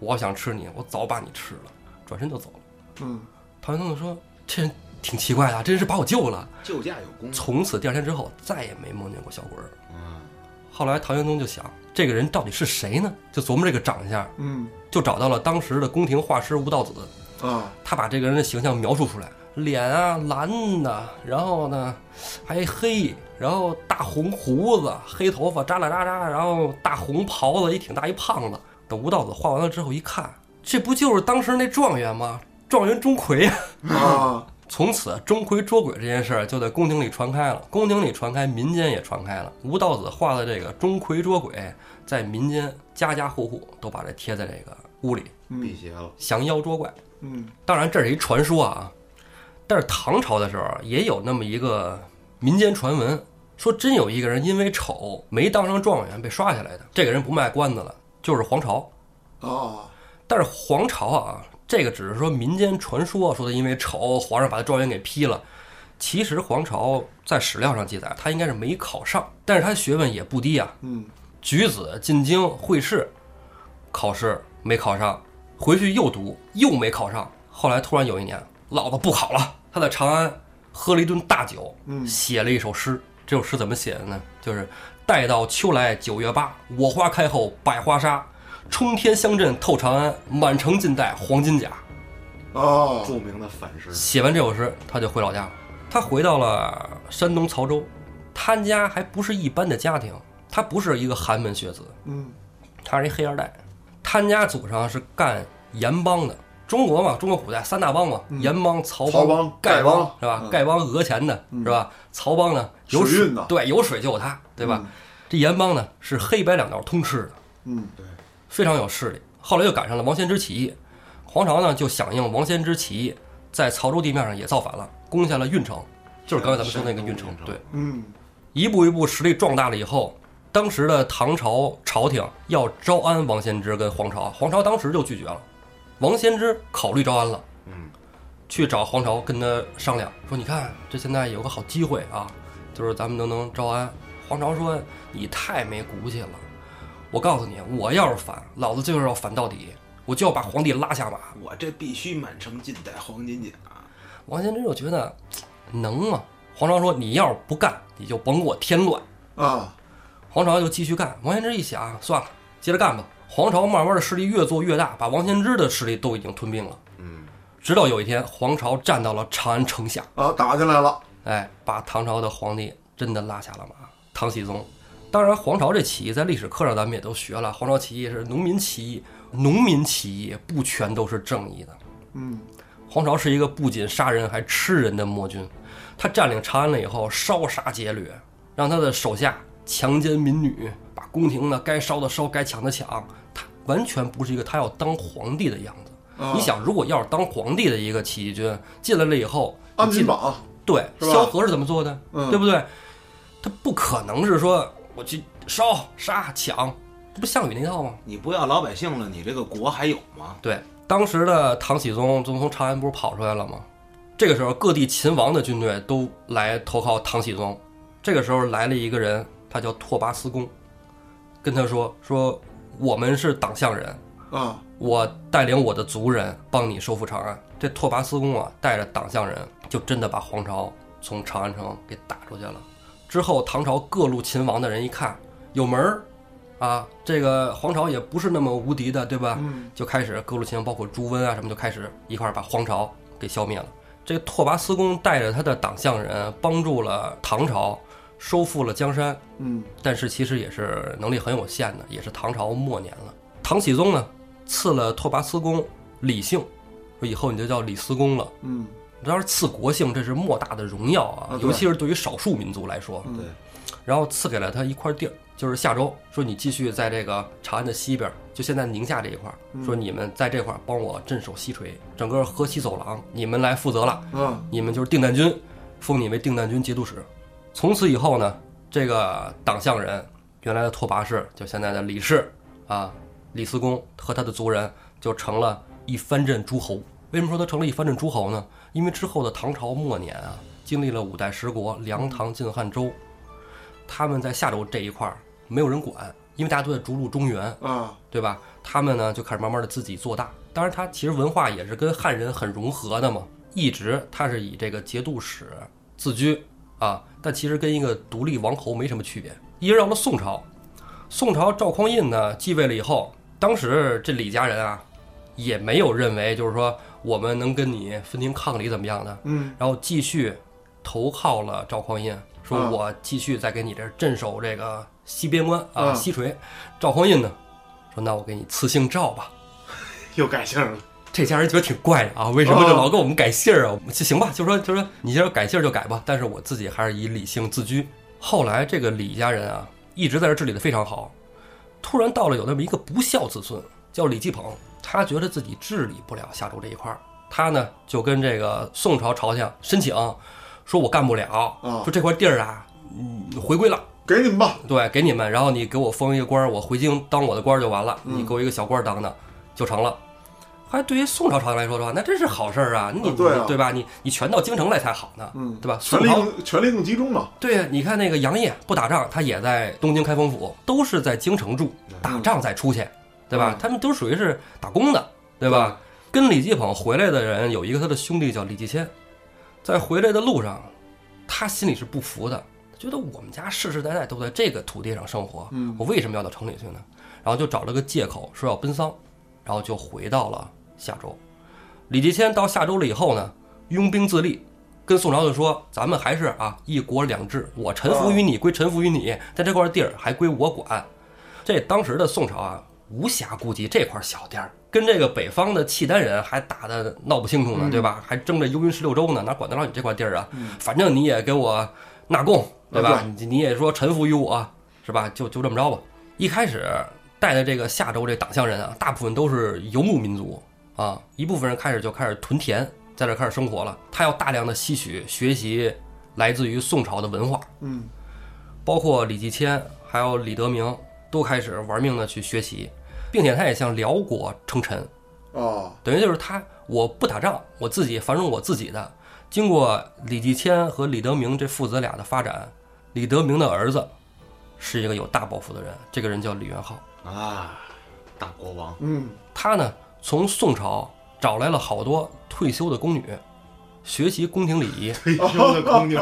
我要想吃你，我早把你吃了。”转身就走了。
嗯，
唐玄宗就说：“这人挺奇怪的啊，这人是把我救了。
救驾有”功。
从此第二天之后，再也没梦见过小鬼儿。
嗯，
后来唐玄宗就想，这个人到底是谁呢？就琢磨这个长相，
嗯
就找到了当时的宫廷画师吴道子。
啊，
他把这个人的形象描述出来，脸啊蓝的，然后呢还黑，然后大红胡子，黑头发扎啦扎扎，然后大红袍子，一挺大一胖子。等吴道子画完了之后一看，这不就是当时那状元吗？状元钟馗呀、
啊，
从此，钟馗捉鬼这件事儿就在宫廷里传开了，宫廷里传开，民间也传开了。吴道子画的这个钟馗捉鬼，在民间家家户户都把这贴在这个屋里，
辟
嗯
邪了。
降妖捉怪。
嗯，
当然这是一传说啊，但是唐朝的时候也有那么一个民间传闻，说真有一个人因为丑没当上状元被刷下来的，这个人不卖关子了，就是黄巢。
啊，
但是黄巢啊，这个只是说民间传说，说他因为丑，皇上把他状元给批了。其实黄巢在史料上记载，他应该是没考上，但是他学问也不低啊，
嗯
举子进京会试，考试没考上，回去又读，又没考上。后来突然有一年，老子不考了。他在长安喝了一顿大酒，
嗯
写了一首诗。这首诗怎么写的呢？就是“待到秋来九月八，我花开后百花杀，冲天香阵透长安，满城尽带黄金甲。”
啊，
嗯
著名的反诗，
写完这首诗，他就回老家了。他回到了山东曹州，他家还不是一般的家庭，他不是一个寒门学子，
嗯
他是一黑二代，他家祖上是干盐帮的。中国嘛，中国古代三大帮嘛，盐帮、曹
嗯曹
帮、
帮
丐
丐帮
是吧？
嗯
丐帮讹钱的是吧？曹帮呢有
水
水
运的
对，有水就有他，对吧？这盐帮呢是黑白两道通吃的，
嗯，
非常有势力。后来又赶上了王仙芝起义，黄巢呢就响应王仙芝起义，在曹州地面上也造反了，攻下了运城，就是刚才咱们说那个运城
山。东运城
对，
嗯，
一步一步实力壮大了以后，当时的唐朝朝廷要招安王仙芝跟黄巢，黄巢当时就拒绝了。王仙芝考虑招安了，
嗯，
去找黄巢跟他商量，说你看这现在有个好机会啊，就是咱们都能招安。黄巢说你太没骨气了，我告诉你，我要是反，老子就是要反到底，我就要把皇帝拉下马。
我这必须满城尽带黄金甲。啊
王仙芝就觉得嗯能吗？黄巢说你要是不干，你就甭给我添乱。
啊，
黄巢就继续干。王仙芝一想，啊算了，接着干吧。黄巢慢慢的势力越做越大，把王仙芝的势力都已经吞并了。
嗯，
直到有一天，黄巢站到了长安城下，
啊，打进来了，
哎，把唐朝的皇帝真的拉下了马。唐僖宗，当然，黄巢这起义在历史课上咱们也都学了，黄巢起义是农民起义，农民起义不全都是正义的。
嗯，
黄巢是一个不仅杀人还吃人的魔君，他占领长安了以后，烧杀劫掠，让他的手下强奸民女，把宫廷呢该烧的烧，该抢的抢，他完全不是一个他要当皇帝的样子。
啊
你想，如果要是当皇帝的一个起义军进来了以后，
安
你
民
进
榜，
对
是吧
萧何是怎么做的，
嗯
对不对？他不可能是说我去烧杀抢，这不项羽那套吗？
你不要老百姓了，你这个国还有吗？
对，当时的唐僖宗宗从长安不是跑出来了吗？这个时候，各地秦王的军队都来投靠唐僖宗。这个时候来了一个人，他叫拓跋思恭，跟他说：“说我们是党项人，
啊，
我带领我的族人帮你收复长安。”这拓跋思恭啊，带着党项人，就真的把黄巢从长安城给打出去了。之后，唐朝各路秦王的人一看有门儿，啊，这个黄巢也不是那么无敌的，对吧？
嗯，
就开始各路秦王，包括朱温啊什么，就开始一块儿把黄巢给消灭了。这个拓跋思恭带着他的党项人，帮助了唐朝，收复了江山，
嗯，
但是其实也是能力很有限的，也是唐朝末年了。唐僖宗呢，赐了拓跋思恭李姓，说以后你就叫李思恭了。
嗯，
当然，赐国姓这是莫大的荣耀啊
啊，对
尤其是对于少数民族来说。
嗯
对，
然后赐给了他一块地儿，就是夏州，说你继续在这个长安的西边儿，就现在宁夏这一块儿，
嗯
说你们在这块儿帮我镇守西陲，整个河西走廊你们来负责了，
啊，
你们就是定难军，封你为定难军节度使。从此以后呢，这个党项人原来的拓跋氏，就现在的李氏啊，李思恭和他的族人就成了一藩镇诸侯。为什么说他成了一藩镇诸侯呢？因为之后的唐朝末年啊，经历了五代十国、梁、唐、晋、汉、周，他们在夏州这一块儿没有人管，因为大家都在逐鹿中原，
啊，
对吧？他们呢就开始慢慢的自己做大。当然，他其实文化也是跟汉人很融合的嘛，一直他是以这个节度使自居啊，但其实跟一个独立王侯没什么区别。一直到了宋朝，宋朝赵匡胤呢继位了以后，当时这李家人啊，也没有认为就是说我们能跟你分庭抗礼怎么样的，
嗯，
然后继续投靠了赵匡胤，说
嗯
我继续再给你这儿镇守这个西边关啊、
嗯
西陲。赵匡胤呢，说那我给你赐姓赵吧。
又改姓了。
这家人觉得挺怪的啊，为什么这
哦
老给我们改姓儿啊？我们就行吧，就说就说你要改姓儿就改吧，但是我自己还是以李姓自居。后来这个李家人啊，一直在这治理的非常好，突然到了有那么一个不孝子孙叫李继鹏，他觉得自己治理不了夏州这一块儿，他呢就跟这个宋朝朝廷申请，说我干不了，
哦
说这块地儿啊，嗯，回归了。
给你们吧，
对，给你们，然后你给我封一个官儿，我回京当我的官儿就完了，
嗯
你给我一个小官儿当当就成了。还对于宋朝朝廷来说的话，那真是好事儿啊！你、
啊对啊
你吧？你你全到京城来才好呢，
嗯
对吧？
权
宋
力
朝
更权力更集中嘛，
对呀，你看那个杨业不打仗，他也在东京开封府，都是在京城住，打仗再出去，对吧？
嗯
他们都属于是打工的，对吧？跟李继鹏回来的人有一个他的兄弟叫李继迁，在回来的路上，他心里是不服的，觉得我们家世世代代都在这个土地上生活，
嗯
我为什么要到城里去呢？然后就找了个借口说要奔丧，然后就回到了夏州。李继迁到夏州了以后呢，拥兵自立，跟宋朝就说：“咱们还是啊一国两制，我臣服
啊
于你归臣服于你，但这块地儿还归我管。”这当时的宋朝啊，无暇顾及这块小地儿，跟这个北方的契丹人还打得闹不清楚呢，对吧？还争着幽云十六州呢，哪管得了你这块地儿啊？反正你也给我纳贡，对吧？你你也说臣服于我，是吧？就就这么着吧。一开始代的这个夏州这党项人啊，大部分都是游牧民族啊，一部分人开始就开始屯田，在这儿开始生活了。他要大量的吸取学习来自于宋朝的文化，
嗯
包括李继迁还有李德明都开始玩命的去学习，并且他也向辽国称臣，
哦，
等于就是他，我不打仗，我自己繁荣我自己的。经过李继迁和李德明这父子俩的发展，李德明的儿子是一个有大抱负的人，这个人叫李元昊。
啊，大国王，
嗯
他呢，从宋朝找来了好多退休的宫女，学习宫廷礼仪
退休 的公牛，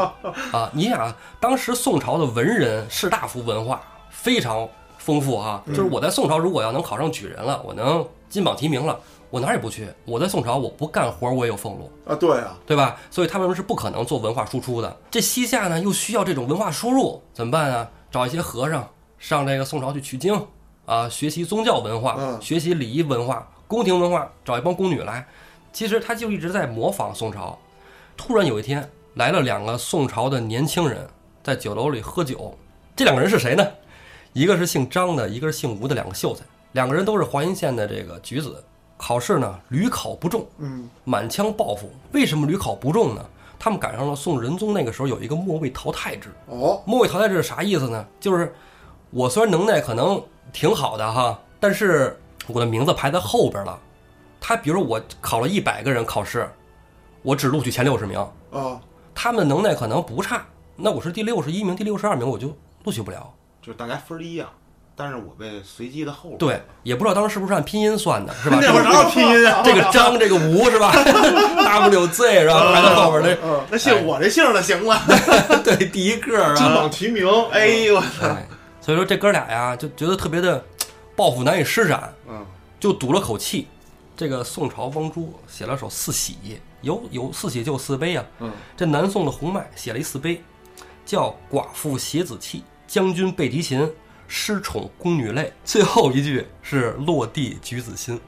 啊。你想啊，当时宋朝的文人士大夫文化非常丰富啊，就是我在宋朝如果要能考上举人了，我能金榜题名了，我哪儿也不去。我在宋朝我不干活我也有俸禄。
啊，对啊，
对吧？所以他们是不可能做文化输出的。这西夏呢，又需要这种文化输入，怎么办啊？找一些和尚上这个宋朝去取经啊，学习宗教文化，
嗯
学习礼仪文化、宫廷文化，找一帮宫女来。其实他就一直在模仿宋朝。突然有一天，来了两个宋朝的年轻人，在酒楼里喝酒。这两个人是谁呢？一个是姓张的，一个是姓吴的两个秀才。两个人都是华阴县的这个举子，考试呢屡考不中。
嗯
满腔抱负。为什么屡考不中呢？他们赶上了宋仁宗那个时候有一个末位淘汰制。
哦，
末位淘汰制是啥意思呢？就是我虽然能耐可能挺好的哈，但是我的名字排在后边了。他比如说我考了一百个人考试，我只录取前六十名，
啊，
他们能耐可能不差，那我是第六十一名、第六十二名，我就录取不了。
就是大家分儿一样，但是我被随机的后边。
对，也不知道当时是不是按拼音算的，是吧？
那会儿哪有拼音啊？
这个张，这个吴是吧 ？W Z 是吧？排在后边儿
嗯，
那姓我这姓的行了，
那 对第一个啊，
金榜题名。哎呦，
对，所以说这哥俩呀，就觉得特别的抱负难以施展，
嗯，
就赌了口气。这个宋朝汪洙写了首四喜，有有四喜就有四悲啊。
嗯，
这南宋的洪迈写了一四悲，叫“寡妇携子弃，将军被敌擒，失宠宫女泪”。最后一句是“落地举子心”。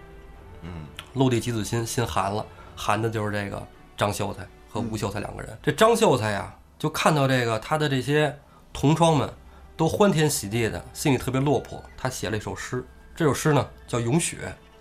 嗯，
陆地吉子心心寒了，寒的就是这个张秀才和吴秀才两个人。这张秀才呀，就看到这个他的这些同窗们都欢天喜地的，心里特别落魄。他写了一首诗，这首诗呢叫《咏雪》：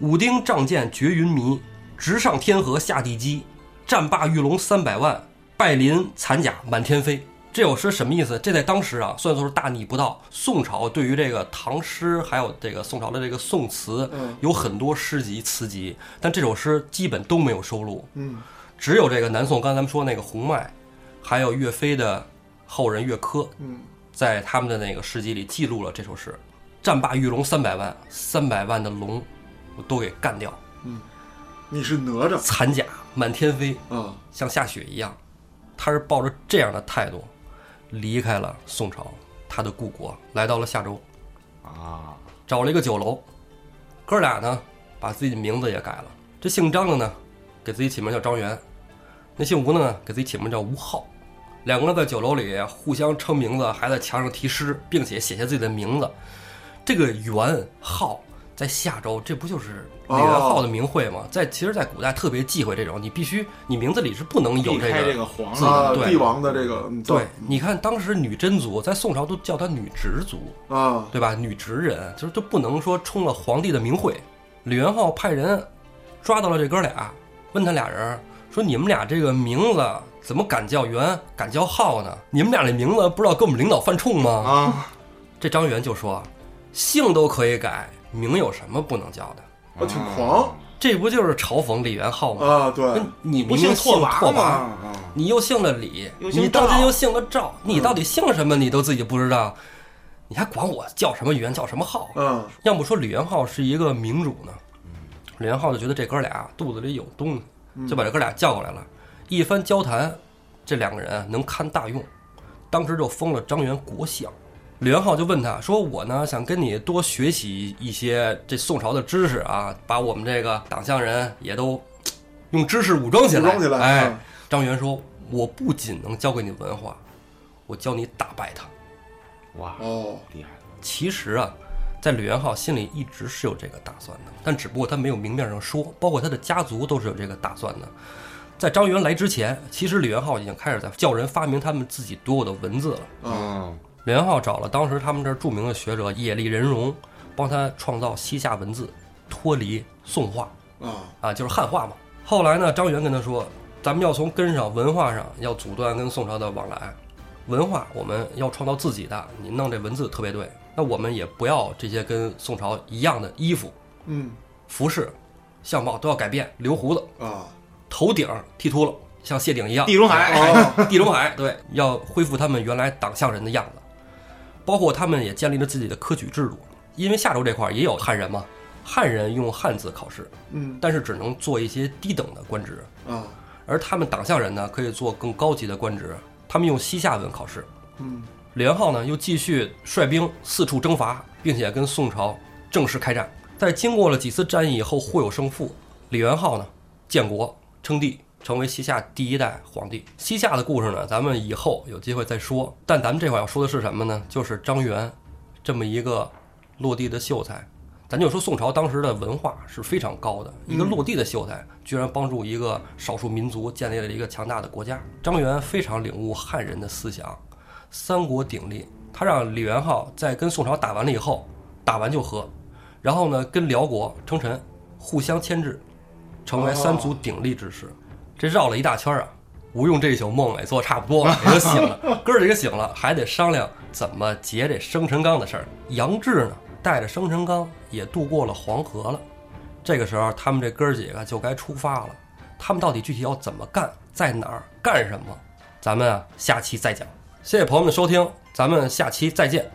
武丁仗剑绝云迷，直上天河下地基，战罢玉龙三百万，拜林残甲满天飞。这首诗什么意思？这在当时啊，算作是大逆不道。宋朝对于这个唐诗，还有这个宋朝的这个宋词，
嗯
有很多诗集词集，但这首诗基本都没有收录，
嗯
只有这个南宋刚才咱们说那个洪迈，还有岳飞的后人岳珂，
嗯，
在他们的那个诗集里记录了这首诗。战罢玉龙三百万，三百万的龙，我都给干掉，
你是哪吒
残甲满天飞，
啊，
像下雪一样。他是抱着这样的态度，离开了宋朝，他的故国，来到了夏州，
啊，
找了一个酒楼，哥俩呢把自己的名字也改了。这姓张的呢，给自己起名叫张元；那姓吴的呢，给自己起名叫吴昊。两个人在酒楼里互相称名字，还在墙上题诗，并且写下自己的名字。这个元昊在夏州，这不就是李元
哦
昊的名讳吗？在其实，在古代特别忌讳这种，你必须你名字里是不能有
避
这
开
个
这个皇
啊
上，
对
帝王的这个嗯
对，你看当时女真族在宋朝都叫她女直族，
啊，
对吧？女职人就是都不能说冲了皇帝的名讳。李元昊派人抓到了这哥俩，问他俩人说：“你们俩这个名字怎么敢叫元，敢叫昊呢？你们俩这名字不知道跟我们领导犯冲吗
啊，？”
这张元就说：“姓都可以改，名有什么不能叫的？
我挺狂
这不就是嘲讽李元昊吗？
啊，
那
对，
你
呃不
明
姓
明姓
拓
拓
跋吗？
跋，
啊
你又姓了李，
又姓
你当今
赵嗯
又姓了赵，你到底姓什么你都自己不知道，你还管我叫什么元，叫什么昊？
嗯
要么说李元昊是一个明主呢，李元昊就觉得这哥俩肚子里有东西，就把这哥俩叫过来了。一番交谈，这两个人能堪大用，当时就封了张元国相。李元昊就问他说：“我呢想跟你多学习一些这宋朝的知识啊，把我们这个党项人也都嘖用知识武装起来。”
武装起来
哎
嗯，
张元说：“我不仅能教给你文化，我教你打败他。”
哇，
哦，
厉害了，
其实啊，在李元昊心里一直是有这个打算的，但只不过他没有明面上说，包括他的家族都是有这个打算的。在张元来之前，其实李元昊已经开始在叫人发明他们自己独有的文字了。
啊
嗯，
李元昊找了当时他们这儿著名的学者野利仁荣，帮他创造西夏文字，脱离宋化
啊，
啊，就是汉化嘛。后来呢，张元跟他说，咱们要从根上文化上要阻断跟宋朝的往来，文化我们要创造自己的，你弄这文字特别对。那我们也不要这些跟宋朝一样的衣服、
嗯
服饰、相貌都要改变，留胡子，
啊，
头顶剃秃噜，像谢顶一样。
地中海
哦，
地中海，对，要恢复他们原来党项人的样子，包括他们也建立了自己的科举制度，因为夏州这块儿也有汉人嘛，汉人用汉字考试，
嗯
但是只能做一些低等的官职，
啊，
而他们党项人呢，可以做更高级的官职，他们用西夏文考试。
嗯
连浩呢又继续率兵四处征伐，并且跟宋朝正式开战。在经过了几次战役以后，互有胜负。李元昊呢建国称帝，成为西夏第一代皇帝。西夏的故事呢，咱们以后有机会再说。但咱们这块要说的是什么呢？就是张元这么一个落地的秀才。咱就说宋朝当时的文化是非常高的，一个落地的秀才居然帮助一个少数民族建立了一个强大的国家。张元非常领悟汉人的思想，三国鼎立，他让李元昊在跟宋朝打完了以后，打完就和，然后呢跟辽国称臣，互相牵制，成为三足鼎立之势。这绕了一大圈儿啊，吴用这一宿梦也做差不多，也就醒了，哥儿几个醒了，还得商量怎么结这生辰纲的事儿。杨志呢，带着生辰纲也渡过了黄河了。这个时候，他们这哥儿几个就该出发了。他们到底具体要怎么干，在哪儿干什么？咱们啊，下期再讲。谢谢朋友们的收听，咱们下期再见。